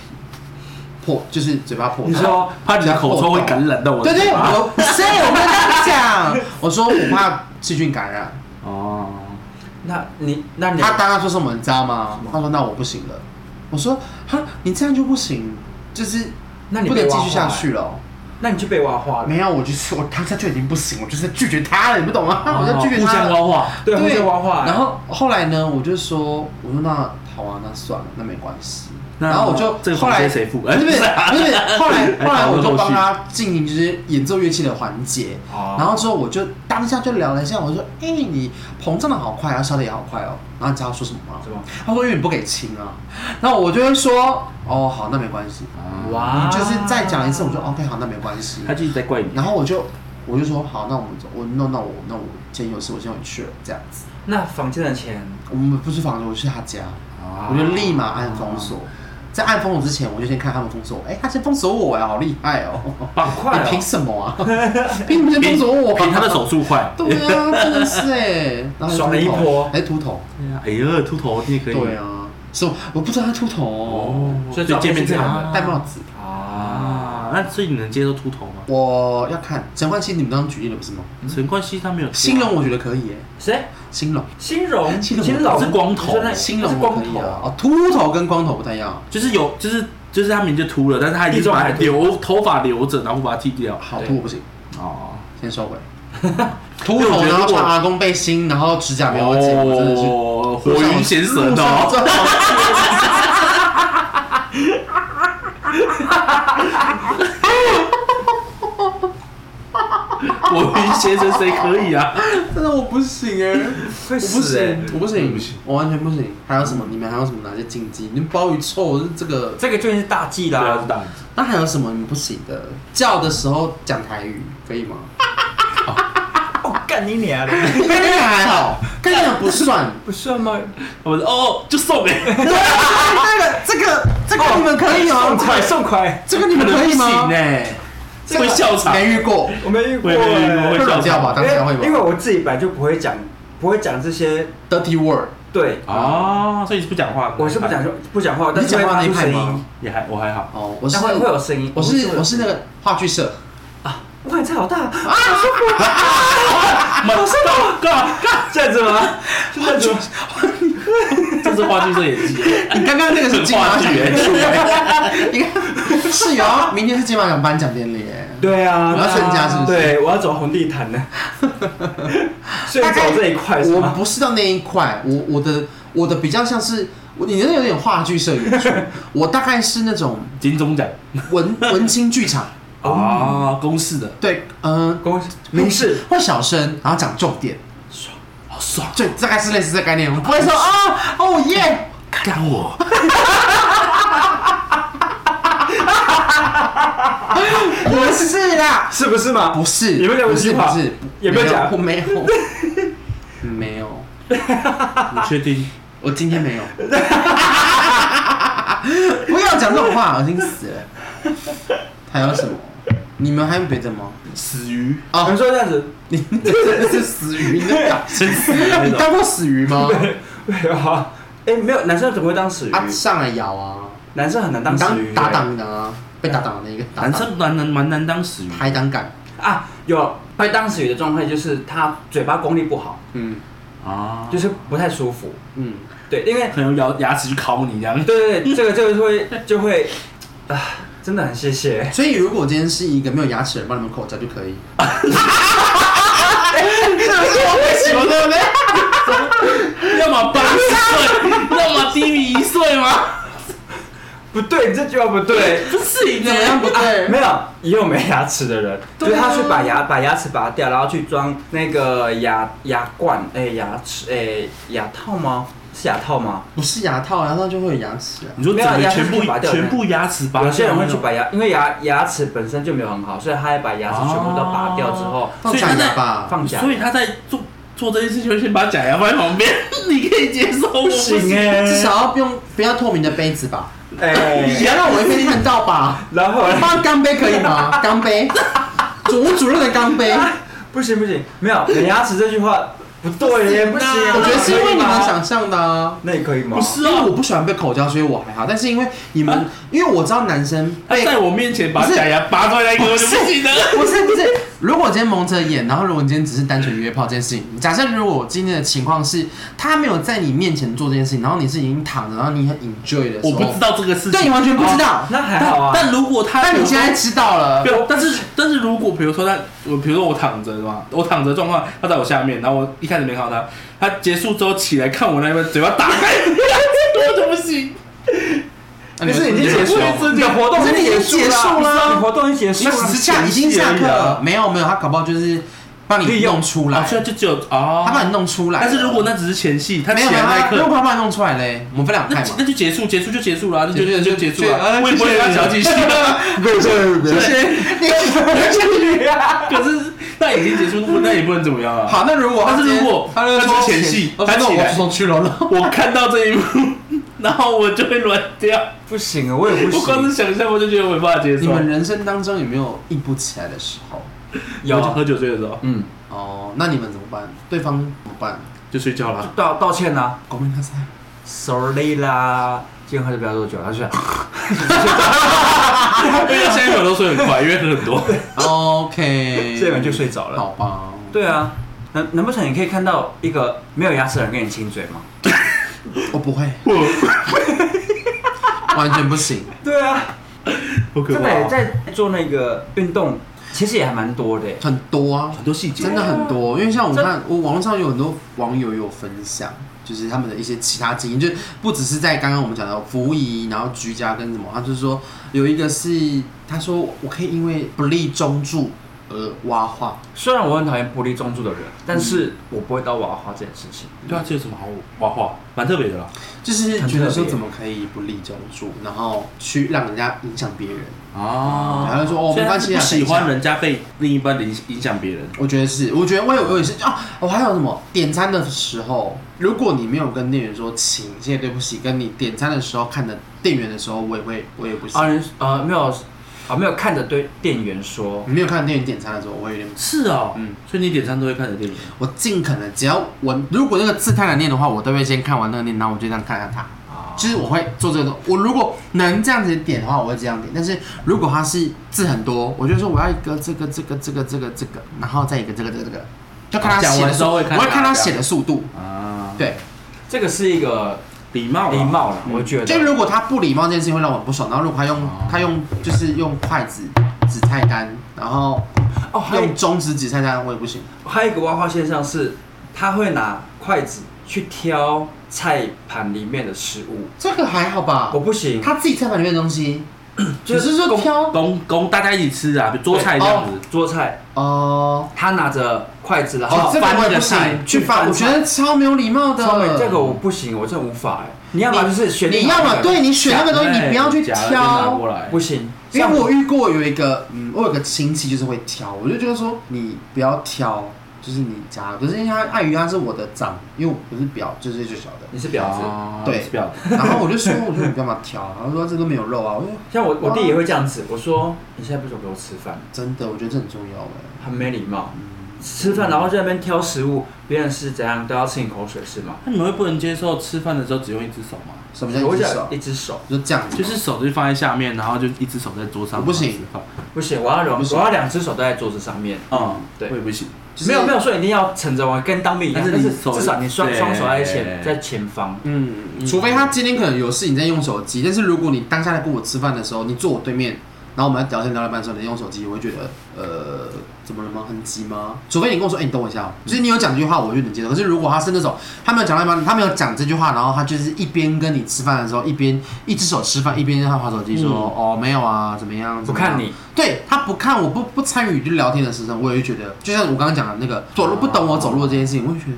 破就是嘴巴破，你说怕你的口臭会感染到我的对对，嘴巴我所以我跟他讲， <laughs> 我说我怕细菌感染。哦，那你那你他当然说什么，你知道吗？他说那我不行了。我说哈，你这样就不行，就是那你不被能继挖续下化欸去了哦。那你就被挖花了，没有，我就是我当下就已经不行，我就是拒绝他了，你不懂吗？我就哦拒绝互他相了。挖化， <laughs> 对，会被挖花欸。然后后来呢，我就说，我说那好啊，那算了，那没关系。那然后我就这个后房来间谁付不是不是不是，后来后来我就帮他进行就是演奏乐器的环节，哦然后之后我就当下就聊了一下，我就说，哎，你膨胀的好快啊，消的也好快哦。然后你知道他说什么吗？什么？他说因为你不给亲啊。然后我就会说，哦好，那没关系。哇，哇你就是哦再讲一次，我说 OK 好，那没关系。他就一直在怪你。然后我就我就说好，那我们走，我那那我那我今天有事，我先回去了，这样子。那房间的钱我们不是房子，我去他家，哦我就立马按封锁。在按封锁之前，我就先看他们封锁我。哎、他先封锁我呀，好厉害哦！好快你凭哦，什么 <laughs> 啊？凭什么先封锁我、凭他的。手速快。对啊，真的是哎、 <laughs> 然后还秃头爽了一波还秃头。哎呀，秃头你也可以。对啊，所以我不知道他秃头哦，哦，所以就转见面变这是这样样的的戴帽子。啊啊，，那所以你能接受秃头吗？我要看陈冠希，你们刚刚举例了不是吗？陈冠希他没有秃啊兴隆我觉得可以耶、谁？兴隆新荣， <laughs> 新荣荣是光头你说那兴那隆是我光可以头啊，哦，秃头跟光头不太一样。就是有，就是就是他名就秃了，但是他已经把留头发留着，然后不把它剃掉。好对秃我不行，哦，先收回。秃头，然后穿阿公背心，然后指甲没有剪，我真的是哦，火云邪神哦，火云邪神谁可 <laughs> 以啊？ <laughs> 真的我不行哎、我会不死哎、行，我不行，不行，我完全不行。还有什么？你们还有什么哪些禁忌？你们鲍鱼臭是这个，这个就已经是大忌对啊，啦是。大人那还有什么你们不行的？叫的时候讲台语可以吗？哦，干你娘 <laughs> 的！跟那个啊还好，跟那个不算。不算吗？我说哦，<laughs> 就送呗，对那个这个这个你们可以哦吗？送快送快！这个你们可以吗？哎，这个会笑场，没遇过，我没遇过、我也没遇过欸会会冷掉吧？当下会因为因为吧我自己本来就不会讲，不会讲这些。 ？Dirty word，对，哦，所以是不讲话，我是不讲说不讲话，但啊你是讲会话发那一出派声吗音，？也还我还好，哦，我是但会会有声音。我这是个我是那个话剧社，哇，你菜好大啊！好舒服啊！马上干啊干，这样子吗？是这样子吗？这是话剧社演技， <laughs> 你刚刚那个是金马奖很话剧演出欸，你看是有啊，明天是金马奖颁奖典礼耶。对啊，我要参加是不是对，我要走红地 <laughs> 毯呢。所以走这一块是我吗？不是到那一块，我我的我的比较像是我，你那有点话剧社 <laughs> 演出，我大概是那种金钟奖文文青剧场，哦啊，公式的，对，嗯、公没公事事会小声，然后讲重点，好爽，就大概是类似这个概念，我不会说啊哦耶，干我，不是啦，是不是嘛？不是，有没不有讲过是这句不话是，有没有讲我没有， <laughs> 没有，你确定？我今天 <laughs> 没有，不要讲这种话，恶心死了。还有什么？你们还有别的吗？死鱼，啊我们说这样子，你 <laughs> 真的是死鱼，你在干？真死鱼那你种，当过死鱼 <laughs> 吗？对啊，哎，没有，男生怎么会当死鱼？哦啊，上来咬啊，男生很难当你死鱼。打挡的啊，被打挡的那个打挡男生蛮难蛮难当死鱼，排挡杆，啊，有会当死鱼的状态就是他嘴巴功力不好，嗯啊，就是不太舒服。嗯，对，因为可能用牙牙齿去敲你这样，对对对，这个就会就会啊，真的很谢谢。所以如果我今天是一个没有牙齿的人帮你们口罩就可 <laughs> 以，是不是我会喜欢对不对？要么八十岁，要么低于一岁吗？不对，你这句话不对。啊不是怎么样 <laughs> 不对？啊没有，也有没牙齿的人，就是他去把牙把牙齿拔掉，然后去装那个牙牙冠，哎、牙齿，哎、牙套吗？是牙套吗？不是牙套，牙套就会有牙齿啊。你说整没有个牙齿全部去拔掉全部牙齿拔掉，有些人会去把牙，因为牙牙齿本身就没有很好，所以他还把牙齿全部都拔掉之后、哦所以假他在牙吧，放假。欸所以他在做做这件事情，就先把假牙放 <laughs> 在旁边，你可以接受我不行欸哎、至少要不用不要透明的杯子吧，哎、也要让我一边看到吧。然后 <laughs> 呢放钢杯可以吗？钢杯，主我主任的钢杯。不行不行，没有美牙齿这句话不对耶， <laughs> 不行啊。我觉得是因为你们想想，象的啊。那也可以吗？不是因为我不喜欢被口交，所以我还好。但是因为你们，啊因为我知道男生他被在我面前把不是假牙拔出来那一刻，我就不行了。 <laughs> 不是不是，如果我今天蒙着眼，然后如果你今天只是单纯约炮这件事情，假设如果我今天的情况是他没有在你面前做这件事情，然后你是已经躺着，然后你很 enjoy 的时候，我不知，道这个事情，对你完全不知道。那还但好啊。但如果他，但你现在知道了没，有，但是但是如果比如说他，我比如说我躺着嘛，我躺着状况，他在我下面，然后我一开始没看到他，他结束之后起来看我那边嘴巴打开，我就不行。那你可是会已经说结束不了会，你的活动可是你已经结结束束啊了你活动已经结束那了，只是下已经下课啊了，没有没有，他搞不好就是帮你利用弄出来啊，，所以就只有哦，他把你弄出来。但是如果那只是前戏，他没起有来那他一如刻，果他把你弄出来嘞，我们分两派那嘛那。就结束，结束就结束了啊，那就结束就就结束就啊了，我也不会谢谢跟他小继续。对对对对， <laughs> 可是那已经结束，那也不能怎么样啊。好，那如果但是如果他就他说是前戏他他说起我来送去了呢，我看到这一幕， <laughs> 然后我就会软掉。不行啊，我也不我光行。是想象我就觉得我没办法接你受。们人生当中有没有硬不起来的时候？有喝有，酒醉的时候嗯，哦，那你们怎么办？对方怎么办？就睡觉就啦。道道歉啦狗命他塞， ，sorry 啦，今天喝就不要多久，他就 <laughs> 想因为现在有都睡很快，因为喝很多。 <laughs> OK，这个人就睡着了。好吧。对啊，难难不成你可以看到一个没有牙齿的人跟你亲嘴吗？我 <laughs> 不会，完全不行。对啊，好可真的怕！在做那个运动，其实也还蛮多的耶。很多啊，很多细节，真的很多，因为像我真看，我网络上有很多网友有分享，就是他们的一些其他经验，就是不只是在刚刚我们讲到服务仪，然后居家跟什么，他就是说有一个是他说我可以因为不利中柱而挖话，虽然我很讨厌不立中柱的人，但是我不会到娃娃这件事情。对啊，这有什么好画画？蛮特别的啦。就是很特别觉得说怎么可以不利中柱，然后去让人家影响别人，哦然后就啊说哦所没以他关系是啊，不喜等一欢下人家被另一半影影响别人。我觉得是，我觉得我有我也是啊。我、还有什么点餐的时候，如果你没有跟店员说请，谢谢对不起，跟你点餐的时候看着店员的时候，我也会我也不行。啊，人呃没有啊没有看着对店员说，你没有看店员点餐的时候，我会有点，是哦，嗯，所以你点餐都会看着电影。我尽可能只要我如果那个字太难念的话，我都会先看完那个念，然后我就这样看看它。啊就是我会做这个动，我如果能这样子点的话，我会这样点。但是如果它是字很多，我就说我要一个这个这个这个这个这个，然后再一个这个这个这个，就看他啊讲完写的速之后我会看会它看他这样写的速度。啊，对，这个是一个礼貌，礼，貌了，我觉就得。如果他不礼貌这件事情会让我很不爽，然后如果他用、哦他用就是用筷子指菜单，然后哦，还有用中指指菜单，我也不行。还有一个挖花现象是，他会拿筷子去挑菜盘里面的食物，这个还好吧我？不行，他自己菜盘里面的东西，就只是是说公挑供供大家一起吃啊，桌菜这样子。做菜，哦，他拿着筷子然哦后这个翻我那也个不菜行，去翻，翻我觉得超没有礼貌的超美。这个我不行，我真的无法哎。你要么就是选你另外要一么个哎对你选那个东西，你不要去夹了就拿挑过。来不行，因为我遇过有一个，嗯，我有个亲戚就是会挑，我就觉得说你不要挑，就是你家，可是因为他碍于他是我的长，因为我不是表，就是最小的，你是婊子。哦对是婊子。然后我就说，我说你干嘛挑？然后说这个没有肉啊。我说像我我弟也会这样子，我说你现在不准给我吃饭，真的，我觉得这很重要哎。很没礼貌。吃饭然后在那边挑食物，别人是怎样都要吃你口水是吗？那你们会不能接受吃饭的时候只用一只手吗？什么叫我一只想欸手？啊一只手就这样子吗，就是手就放在下面，然后就一只手在桌上。我不行然后吃不行，我要两不行我要两只手都在桌子上面。饭。嗯，对我也不行。就是没有没有说一定要撑着我跟当兵一样，但是但你是手至少你双对双手在前在前方。嗯，除非他今天可能有事你在用手机，但是如果你当下在跟我吃饭的时候，你坐我对面，然后我们在聊天聊到一半的时候，你用手机，我会觉得呃，怎么了吗？很急吗？除非你跟我说，哎、你等我一下哦，就是你有讲这句话，我就能接受。可是如果他是那种他没有讲到一半，他没有讲这句话，然后他就是一边跟你吃饭的时候，一边一只手吃饭，一边在划手机说、嗯哦没有啊，怎么样？不怎么样看你，对他不看我不不参与就聊天的时候，我也会觉得，就像我刚刚讲的那个走路不懂我走路的这件事情，我会觉得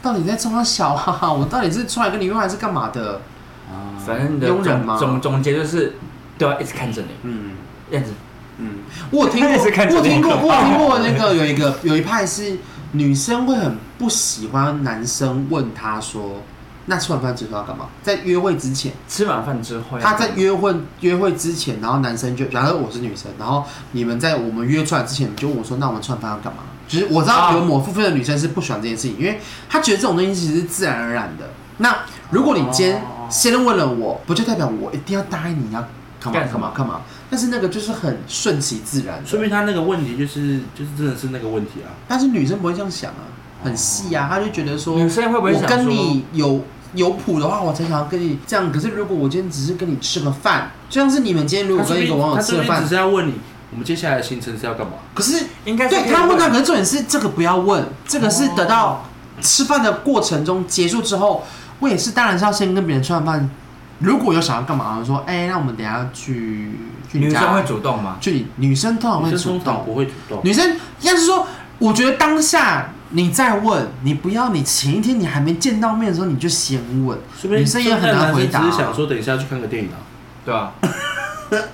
到底在冲他小哈、哈，我到底是出来跟你用还是干嘛的？啊反正你的佣人总吗总总结就是都要一直看着你，嗯这样子嗯，我有听也是过，看我有听过，这种我有听过那个有一个有一派是女生会很不喜欢男生问她说，那吃完饭之后要干嘛？在约会之前。吃完饭之后要，他在约会啊约会之前，然后男生就，假设我是女生，然后你们在我们约出来之前，你就问我说，那我们吃完饭要干嘛？就是我知道有某部分的女生是不喜欢这件事情，因为她觉得这种东西其实是自然而然的。那如果你今天哦先问了我，不就代表我一定要答应你要干嘛干什干么嘛干嘛？但是那个就是很嗯顺其自然说的，明他那个问题就是就是真的是那个问题啊。但是女生不会这样想啊，很细啊，她就觉得说，女生会不会我想说跟你有有谱的话，我才想要跟你这样。可是如果我今天只是跟你吃个饭，就像是你们今天如果他说跟一个明网友他吃说个明只饭，是要问你，我们接下来的行程是要干嘛？可是应该是可对以他问他，可是重点是这个不要问，这个是哦等到吃饭的过程中结束之后，我也是当然是要先跟别人吃完饭。如果有想要干嘛，我说哎、那我们等一下去去你女家，生会主动吗？去你女生通常会女生主通动常，不会主动。哦女生应该是说，我觉得当下你再问，你不要你前一天你还没见到面的时候你就先问，说不定女生也很难回答、哦啊说不定男生只是想说等一下去看个电影啊。对啊，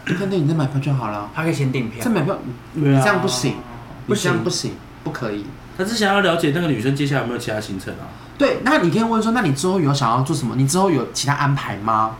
就看电影再买票就好了，他可以先订票再。买票你对啊这样不行，不你行这样不行，不可以。他是想要了解那个女生接下来有没有其他行程啊？对，那你可以问说，那你之后有想要做什么？你之后有其他安排吗？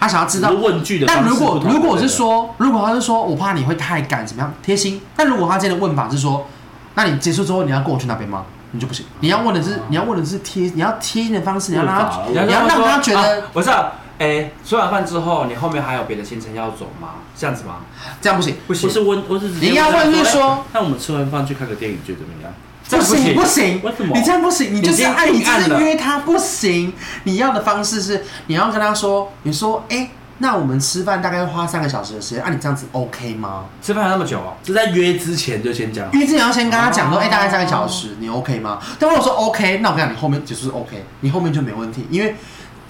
他想要知道只是问句的啊方但式如不果同如果我是说，如果他是说我怕你会太赶怎么样贴心，但如果他今天的问法是说，那你结束之后你要跟我去那边吗？你就不行。你要问的是你要问的是贴，你要贴心的方式，你要让他问法你要让他觉得啊我知道。哎，吃完饭之后，你后面还有别的行程要走吗？这样子吗？这样不行，不行不，是问，我是直接你要他问是说哎那我们吃完饭去看个电影，觉得怎么样？这不样不行行不行，为什么你这样不行，你就已是经爱你硬按就是了约他不行。你要的方式是，你要跟他说，你说，哎、那我们吃饭大概花三个小时的时间，啊，你这样子 OK 吗？吃饭还那么久哦，就在约之前就先讲好因。为之前要先跟他讲说，哦哎、大概三个小时，你 OK 吗？但如果说 OK，那我跟你讲，你后面结束是 OK，你后面就没问题，因为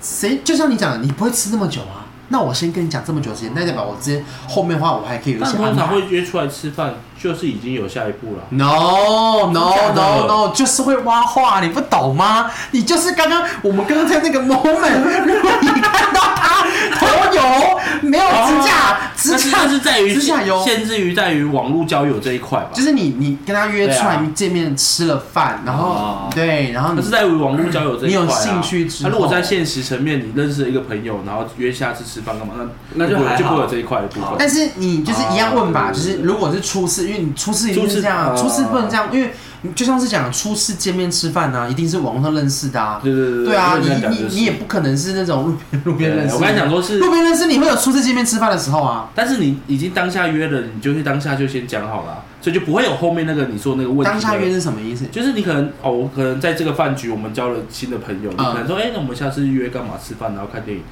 谁就像你讲的，你不会吃那么久啊。那我先跟你讲这么久的时间，那代表我之间后面的话我还可以有一但些安通常排。会约出来吃饭，就是已经有下一步了。啊 No no 真的假 no 的 no，就是会挖话，你不懂吗？你就是刚刚我们刚刚在那个 moment，如果你看到他头油没有指甲，指但哦是甲但是在于指甲油，限制于在于网络交友这一块吧，就是你你跟他约出来、对啊见面吃了饭，然后、哦对，然后那你是在于网络交友这一块、啊。你有兴趣之后那、如果在现实层面，你认识了一个朋友，然后约下次吃饭干嘛？那那就不会还好就不会有这一块的部好分。但是你就是一样问吧，哦就是如果是初次，因为你初次一定是这样，初初次呃次不能这样，因为你就像是讲初次见面吃饭呢、啊，一定是网络上认识的啊。对对对对啊，因你为这样你讲就是你也不可能是那种路边路边对认识。我刚才讲说是路，边认识，你会有初次见面吃饭的时候啊。但是你已经当下约了，你就去当下就先讲好了，所以就不会有后面那个你说那个问题。当下约是什么意思？就是你可能哦，我可能在这个饭局我们交了新的朋友，嗯你可能说，哎、那我们下次约干嘛吃饭，然后看电影，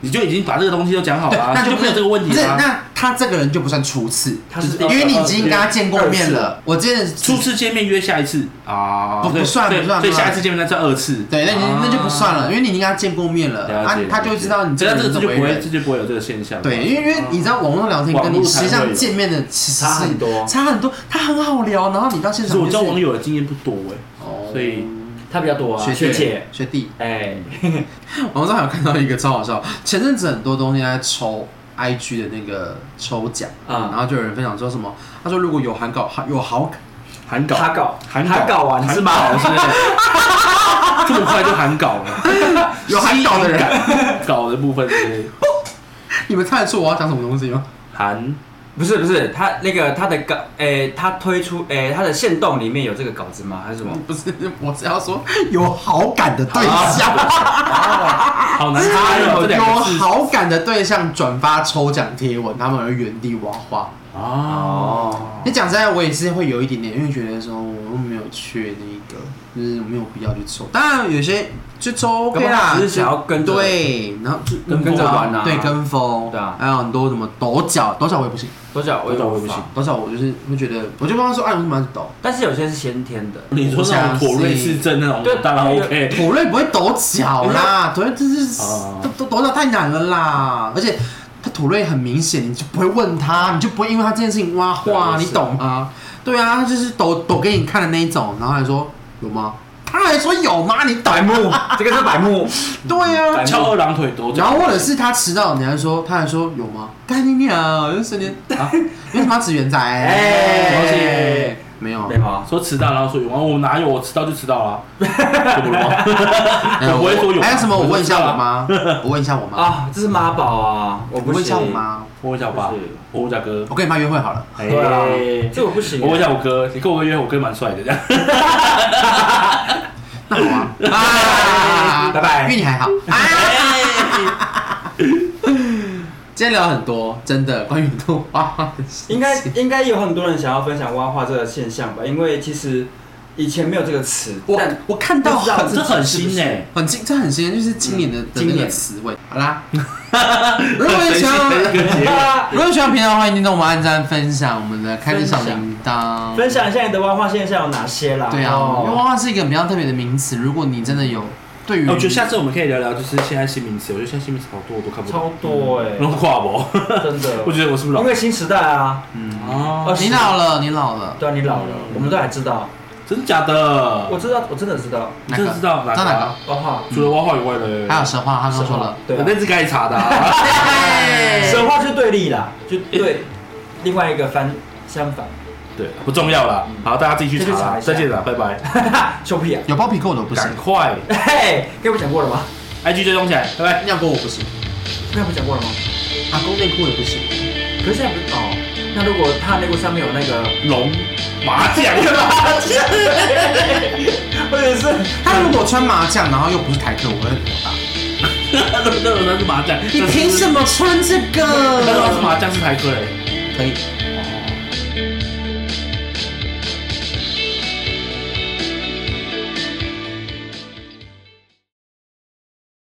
你就已经把这个东西都讲好对了、，啊，那就不没有是这个问不题是，啦、那他这个人就不算初次，他是因为你已经跟他见过面二了。我之前次，初次见面约下一次啊，哦不对不算对不算所以不算下一次见面那叫二次。对，那你啊那就不算了，因为你已经跟他见过面了，了啊解，，他就知道你这这个人样这个怎么这就不为会，人这。就不会有这个现象。对，因为因为你知道网络上聊天跟你实际上见面的其实网络才会是有差很多差很多，他很好聊，然后你到现其场实就我是交网友的经验不多哎、哦所以他比较多啊，学学姐姐，学弟，哎，网上还有看到一个超好笑，前阵子很多东西在抽 IG 的那个抽奖啊然后就有人分享说什么，他说如果有韩稿有好感，韩稿，他搞，韩他搞完是吗？韩稿 <laughs> 是这么快就韩稿了， <laughs> 有韩稿的人吸引感稿的部分是你们猜得出我要讲什么东西吗？ <laughs> 韩不是不是，他那个他的稿，哎，他推出，哎，他的线动里面有这个稿子吗？还是什么？不是，我是要说有好感的对象。好难啊猜哦，哎 <laughs> 这有两个字好感的对象转发抽奖贴文，他们会原地挖话。啊哦，你讲实在，我也是会有一点点，因为觉得说我又没有缺那个，就是没有必要去抽。当然有些就抽 OK 搞不啦，好只是想要跟着对，然后就跟跟着风啊玩啊，对跟风，对啊还有很多什么抖脚，抖脚我也不行，多少多少我也不法行抖脚我就是会觉得，我就帮他说，哎，我为什么要去抖？但是有些是先天的，你说那种妥瑞氏症那种对，当然 OK。土瑞不会抖脚哎啦，土瑞这是哦抖抖抖脚太难了啦，而且他土瑞很明显，你就不会问他，你就不会因为他这件事情挖话，啊对你是懂吗？对啊，他就是抖抖给你看的那一种，然后还说有吗？他还说有吗？你懂吗？这个是百慕，对啊白，翘二郎腿多，然后或者是他迟到，你还说他还说有吗？干你娘！就是你 <laughs> 啊，为什么要指原仔？哎没有， <laughs> 对吗？说迟到，然后说有吗？我哪有？我迟到就迟到了，啊 <laughs> 怎么了吗？哎我不会说有。还有什么？我问一下我吗？妈，我问一下我妈，啊，这是妈宝啊，我我不问一下我行，妈，我问一下我爸不是，我问一下哥。我跟你妈约会好了。 <laughs> 哎对啊，这我不行，我问一下我哥，你跟我哥约，我哥蛮帅的这样。那好 <laughs> 啊，啊哎拜拜 <laughs> 哎因为你还好。啊 <laughs> 今天聊很多，真的关于动画的事情应该应该有很多人想要分享挖话这个现象吧，因为其实以前没有这个词，我但我看到不知道很这很新哎、很新，这很新，就是今年的的欸嗯今那个年词汇。好 <laughs> 啦，如果你喜欢，一个 <laughs> 结尾。 <laughs> 如果你喜欢频道的话，一定帮我们按赞、分享我们的开启小铃铛。分享一下你的挖话现象有哪些啦？对啊，因为哦娃娃是一个比较特别的名词。如果你真的有对于，我觉得下次我们可以聊聊，就是现在新名词。我觉得现在新名词好多，我都看不超懂。多欸哎，弄跨博， <laughs> 真的，我觉得我是不是老因？为新时代啊，哦，嗯你老了，你老了，对啊，你老了，我们都还知道，真的假的？我知道，我真的知道你真的知道哪个哪个知道哪个啊？挖话，除了挖话以外的，还有神话，他刚说嗯了。对我啊，那是该查的啊。对神话就对立啦，就对另外一个翻相反， <laughs> <laughs> 对，不重要啦。好，大家自己去查啦。再自己去查一下见啦，拜拜。臭屁啊！有包皮扣的我不行赶，快嘿，跟我讲过了吗？ ，IG 追踪起来，拜拜。尿沟我不行，那不讲过了吗？阿公内裤也不行。可是现在不是哦，那如果他内裤上面有那个， <laughs> 龙麻将 <laughs> 干嘛？或者是他如果穿麻将，然后又不是台客，我会很火大。那那那是麻将，么穿这那是？麻将是台客人。可以，